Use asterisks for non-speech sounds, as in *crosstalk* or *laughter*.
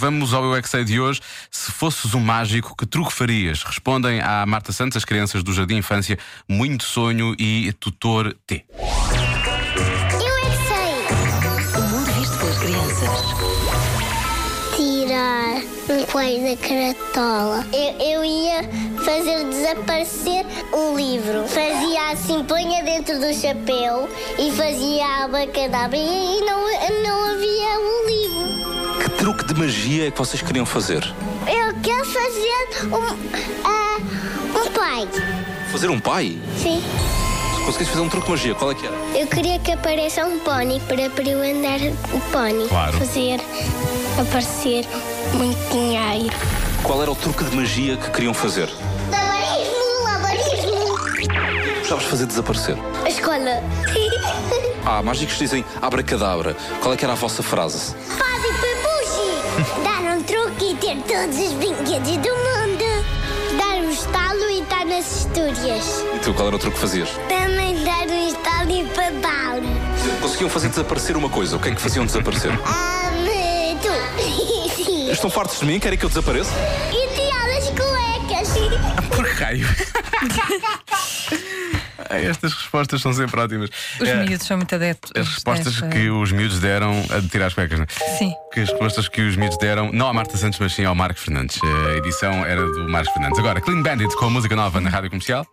Vamos ao Eu é que Sei de hoje. Se fosses um mágico, que truque farias? Respondem à Marta Santos, as crianças do Jardim Infância, Muito Sonho e Tutor T. Eu é que sei. O mundo visto pelas crianças. Tirar um coelho da cartola. Eu, eu ia fazer desaparecer um livro. Fazia assim, punha dentro do chapéu e fazia a abacadabra e, e não, não havia um livro. Que truque de magia é que vocês queriam fazer? Eu quero fazer um, ah, um pai. Fazer um pai? Sim. Se conseguisse fazer um truque de magia, qual é que era? Eu queria que apareça um pônei para, para eu andar o pônei. Claro. Fazer aparecer um muito dinheiro. Qual era o truque de magia que queriam fazer? Labarismo, labarismo. Gostavas de fazer desaparecer. A escola. *laughs* Há mágicos que dizem abracadabra. Qual é que era a vossa frase? Padre Papuchi. Dar um truque e ter todos os brinquedos do mundo. Dar um estalo e estar nas histórias. E tu, qual era o truque que fazias? Também dar um estalo e papal. Conseguiam fazer desaparecer uma coisa. O que é que faziam desaparecer? Amo Ah, tu. *laughs* Estão fartos de mim? Querem que eu desapareça? e tirar as cuecas. Por raio. *laughs* Ai, Estas respostas são sempre ótimas. Os É, miúdos são muito adeptos. As respostas desta- que os miúdos deram a de tirar as cuecas, não é? Sim. Que as respostas que os miúdos deram, não à Marta Santos, mas sim ao Marcos Fernandes. A edição era do Marcos Fernandes. Agora, Clean Bandit com a música nova na rádio comercial.